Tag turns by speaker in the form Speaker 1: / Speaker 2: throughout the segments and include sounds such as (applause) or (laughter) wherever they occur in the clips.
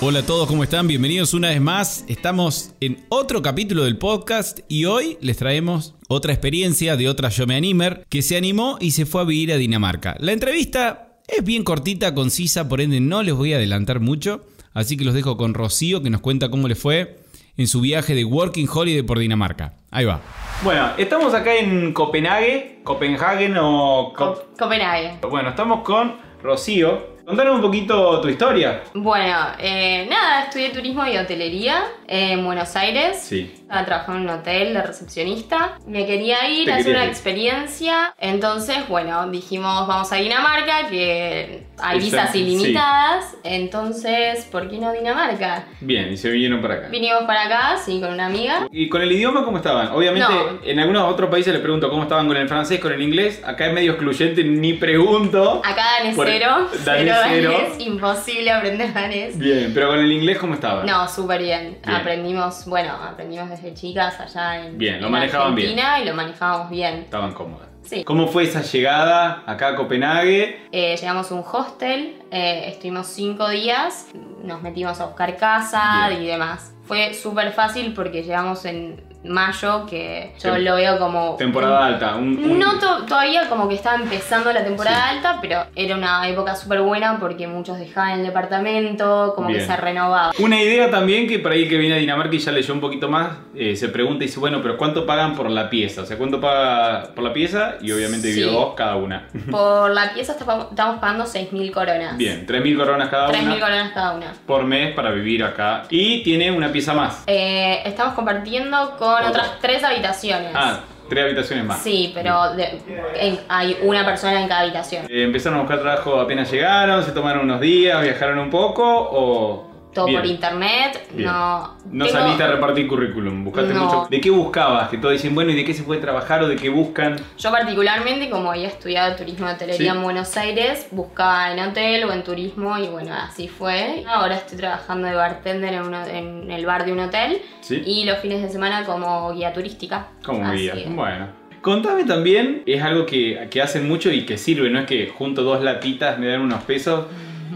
Speaker 1: Hola a todos, ¿cómo están? Bienvenidos una vez más. Estamos en otro capítulo del podcast y hoy les traemos otra experiencia de otra Yo Me Animer que se animó y se fue a vivir a Dinamarca. La entrevista es bien cortita, concisa, por ende no les voy a adelantar mucho, así que los dejo con Rocío que nos cuenta cómo le fue en su viaje de Working Holiday por Dinamarca. Ahí va. Bueno, estamos acá en Copenhague, Copenhagen o... Cop-
Speaker 2: Cop- Copenhague.
Speaker 1: bueno, estamos con Rocío. Contanos un poquito tu historia.
Speaker 2: Bueno, eh, nada, estudié turismo y hotelería eh, en Buenos Aires.
Speaker 1: Sí.
Speaker 2: Estaba trabajando en un hotel de recepcionista. Me quería ir
Speaker 1: Te
Speaker 2: a hacer
Speaker 1: querías
Speaker 2: una
Speaker 1: ir.
Speaker 2: experiencia. Entonces, bueno, dijimos vamos a Dinamarca, que hay
Speaker 1: Esa-
Speaker 2: visas
Speaker 1: sí.
Speaker 2: ilimitadas. Entonces, ¿por qué no Dinamarca?
Speaker 1: Bien, y se vinieron para acá.
Speaker 2: Vinimos para acá, sí, con una amiga.
Speaker 1: ¿Y con el idioma cómo estaban? Obviamente,
Speaker 2: No.
Speaker 1: en algunos otros países les pregunto cómo estaban con el francés, con el inglés. Acá es medio excluyente, ni pregunto.
Speaker 2: Acá danés
Speaker 1: Bueno,
Speaker 2: cero.
Speaker 1: danés
Speaker 2: cero
Speaker 1: cero.
Speaker 2: danés, imposible aprender danés.
Speaker 1: Bien, pero con el inglés cómo estaban?
Speaker 2: No, súper bien.
Speaker 1: Bien.
Speaker 2: Aprendimos, bueno, aprendimos desde chicas allá en,
Speaker 1: Bien, lo
Speaker 2: en
Speaker 1: manejaban bien.
Speaker 2: Argentina y lo manejábamos bien.
Speaker 1: Estaban cómodas.
Speaker 2: Sí.
Speaker 1: ¿Cómo fue esa llegada acá a Copenhague?
Speaker 2: Eh, llegamos a un hostel, eh, estuvimos cinco días, nos metimos a buscar casa
Speaker 1: Bien.
Speaker 2: y demás. Fue súper fácil porque llegamos en mayo, que yo
Speaker 1: Tem-
Speaker 2: lo veo como...
Speaker 1: Temporada alta. Un, un-
Speaker 2: Mm. No to- todavía como que estaba empezando la temporada
Speaker 1: Sí.
Speaker 2: alta, pero era una época súper buena porque muchos dejaban el departamento, como
Speaker 1: Bien.
Speaker 2: que
Speaker 1: (laughs)
Speaker 2: se renovaba.
Speaker 1: Una idea también que para ahí el que viene a Dinamarca y ya leyó un poquito más, eh, se pregunta y dice, bueno, pero ¿cuánto pagan por la pieza? O sea, ¿cuánto paga por la pieza? Y obviamente
Speaker 2: Sí.
Speaker 1: divido dos cada una.
Speaker 2: Por la pieza estamos estamos pagando 6.000 coronas.
Speaker 1: Bien, 3.000 coronas cada
Speaker 2: 3.000
Speaker 1: una
Speaker 2: coronas cada una.
Speaker 1: por mes para vivir acá. Y tiene una pieza más.
Speaker 2: Eh, estamos compartiendo con
Speaker 1: Otra.
Speaker 2: otras tres habitaciones.
Speaker 1: Ah, tres habitaciones más.
Speaker 2: Sí, pero de- en- hay una persona en cada habitación.
Speaker 1: Eh, ¿Empezaron a buscar trabajo apenas llegaron? ¿Se tomaron unos días? ¿Viajaron un poco? ¿O.?
Speaker 2: Todo
Speaker 1: Bien.
Speaker 2: por internet,
Speaker 1: Bien.
Speaker 2: no.
Speaker 1: No
Speaker 2: tengo-
Speaker 1: saliste a repartir currículum, buscaste
Speaker 2: No.
Speaker 1: mucho. ¿De qué buscabas? Que todos dicen, bueno, ¿y de qué se puede trabajar o de qué buscan?
Speaker 2: Yo particularmente, como había estudiado turismo de hotelería
Speaker 1: Sí.
Speaker 2: en Buenos Aires, buscaba en hotel o en turismo y bueno, así fue. Ahora estoy trabajando de bartender en, uno- en el bar de un hotel
Speaker 1: ¿Sí?
Speaker 2: y los fines de semana como guía turística.
Speaker 1: Como
Speaker 2: Así
Speaker 1: guía.
Speaker 2: es.
Speaker 1: Bueno. Contame también, es algo que, que hacen mucho y que sirve, no es que junto dos latitas me dan unos
Speaker 2: (laughs)
Speaker 1: pesos.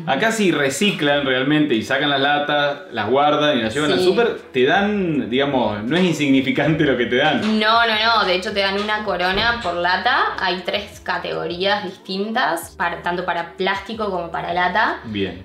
Speaker 1: Acá si reciclan realmente y sacan las latas, las guardan y las llevan al
Speaker 2: Sí.
Speaker 1: súper, te dan, digamos, no es insignificante lo que te dan.
Speaker 2: No, no, no. De hecho, te dan una corona por lata. Hay tres categorías distintas, para, tanto para plástico como para lata.
Speaker 1: Bien.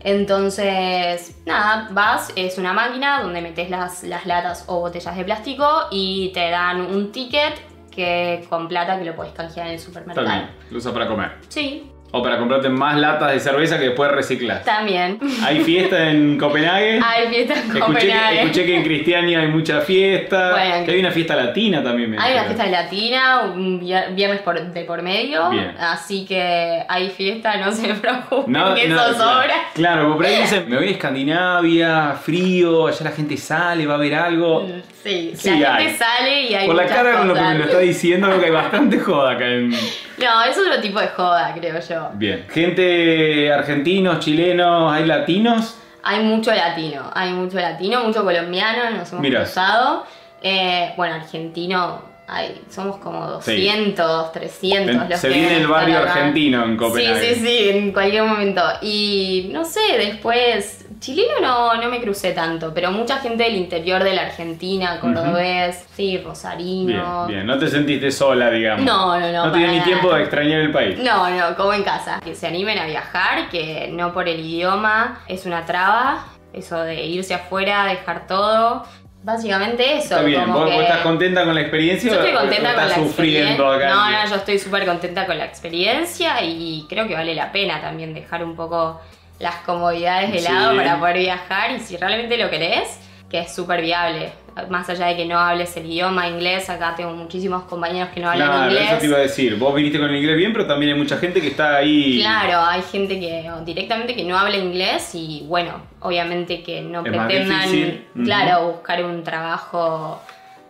Speaker 2: Entonces, nada, vas, es una máquina donde metes las, las latas o botellas de plástico y te dan un ticket que con plata que lo puedes canjear en el
Speaker 1: Está
Speaker 2: supermercado.
Speaker 1: bien, lo usa para comer.
Speaker 2: Sí,
Speaker 1: O para comprarte más latas de cerveza que después reciclas. (laughs)
Speaker 2: también.
Speaker 1: ¿Hay fiesta en Copenhague?
Speaker 2: Hay fiestas en
Speaker 1: escuché, que,
Speaker 2: Ah, Copenhague.
Speaker 1: escuché que en Cristiania hay mucha fiesta.
Speaker 2: Bueno,
Speaker 1: que hay una fiesta latina también. me
Speaker 2: Hay una
Speaker 1: dijeron.
Speaker 2: fiesta latina, un vier- viernes por, de por medio,
Speaker 1: Bien.
Speaker 2: así que hay fiesta, no se preocupen,
Speaker 1: No,
Speaker 2: que
Speaker 1: no,
Speaker 2: eso sobra.
Speaker 1: Claro, claro, por ahí dicen, me voy a Escandinavia, frío, allá la gente sale, va a ver algo.
Speaker 2: Mm, Sí,
Speaker 1: Sí,
Speaker 2: la
Speaker 1: hay.
Speaker 2: gente sale y hay
Speaker 1: Por la
Speaker 2: muchas
Speaker 1: cara con lo que
Speaker 2: cosas.
Speaker 1: me lo está diciendo, creo que hay bastante joda acá en...
Speaker 2: No, es otro tipo de joda, creo yo.
Speaker 1: Bien. Gente argentinos, chilenos, hay latinos.
Speaker 2: Hay mucho latino, hay mucho latino, mucho colombiano, nos hemos
Speaker 1: Mirá.
Speaker 2: cruzado. Eh, bueno, argentino, hay, somos como
Speaker 1: Sí.
Speaker 2: 200, 300 los
Speaker 1: Se
Speaker 2: que
Speaker 1: viene el
Speaker 2: están
Speaker 1: barrio
Speaker 2: acá.
Speaker 1: argentino en Copenhague.
Speaker 2: Sí, sí, sí, en cualquier momento. Y no sé, después, chileno no, no me crucé tanto, pero mucha gente del interior de la Argentina, cordobés, sí,
Speaker 1: Bien,
Speaker 2: rosarino.
Speaker 1: bien. No te sentiste sola, digamos.
Speaker 2: No, no, no.
Speaker 1: No tenía
Speaker 2: para
Speaker 1: ni
Speaker 2: nada.
Speaker 1: tiempo de extrañar el país.
Speaker 2: No, no, como en casa. Que se animen a viajar, que no por el idioma es una traba. Eso de irse afuera, dejar todo. Básicamente eso.
Speaker 1: Está bien,
Speaker 2: como
Speaker 1: ¿Vos,
Speaker 2: que-
Speaker 1: vos estás contenta con la experiencia
Speaker 2: Yo
Speaker 1: o-
Speaker 2: estoy
Speaker 1: o
Speaker 2: contenta con
Speaker 1: estás
Speaker 2: la
Speaker 1: sufriendo acá?
Speaker 2: experiencia. No, no, yo estoy súper contenta con la experiencia y creo que vale la pena también dejar un poco las comodidades de
Speaker 1: Sí.
Speaker 2: lado para poder viajar y si realmente lo querés, que es súper viable. más allá de que no hables el idioma inglés, acá tengo muchísimos compañeros que no hablan
Speaker 1: Claro,
Speaker 2: inglés.
Speaker 1: eso te iba a decir. Vos viniste con el inglés bien, pero también hay mucha gente que está ahí.
Speaker 2: Claro, hay gente que o directamente que no habla inglés y bueno, obviamente que no
Speaker 1: Es más
Speaker 2: pretendan,
Speaker 1: difícil. Ujú.
Speaker 2: claro, buscar un trabajo.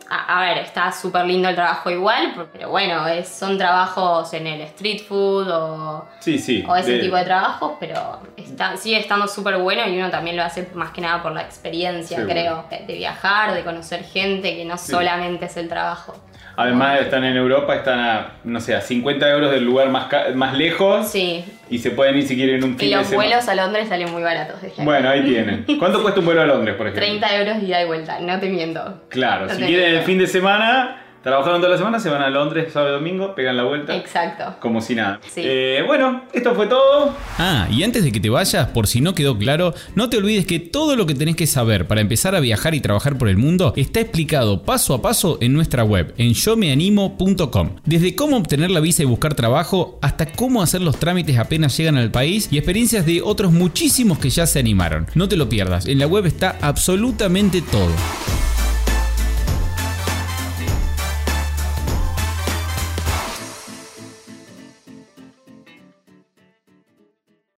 Speaker 2: A, a ver, está súper lindo el trabajo igual, pero bueno, es- son trabajos en el street food o,
Speaker 1: Sí, sí.
Speaker 2: o ese
Speaker 1: de-
Speaker 2: tipo de trabajos, pero está, sigue estando súper bueno y uno también lo hace más que nada por la experiencia,
Speaker 1: Seguro.
Speaker 2: creo, de, de viajar, de conocer gente, que no solamente es el trabajo.
Speaker 1: Además, están en Europa, están a, no sé, a 50 euros del lugar más, ca- más lejos.
Speaker 2: Sí,
Speaker 1: Y se pueden ir si quieren un fin
Speaker 2: y
Speaker 1: de
Speaker 2: los
Speaker 1: semana.
Speaker 2: vuelos a Londres salen muy baratos. desde acá.
Speaker 1: Bueno, ahí tienen.
Speaker 2: (laughs)
Speaker 1: ¿Cuánto cuesta un vuelo a Londres, por ejemplo?
Speaker 2: 30 euros ida y vuelta, no te miento.
Speaker 1: Claro,
Speaker 2: No
Speaker 1: si
Speaker 2: te
Speaker 1: quieren el
Speaker 2: miento.
Speaker 1: fin de semana, trabajaron toda la semana, se van a Londres sábado y domingo, pegan la vuelta.
Speaker 2: Exacto.
Speaker 1: Como si nada.
Speaker 2: Sí.
Speaker 1: Eh, bueno, esto fue todo.
Speaker 3: Ah, y antes de que te vayas, por si no quedó claro, no te olvides que todo lo que tenés que saber para empezar a viajar y trabajar por el mundo está explicado paso a paso en nuestra web, en yomeanimo.com. Desde cómo obtener la visa y buscar trabajo, hasta cómo hacer los trámites apenas llegan al país y experiencias de otros muchísimos que ya se animaron. No te lo pierdas, en la web está absolutamente todo.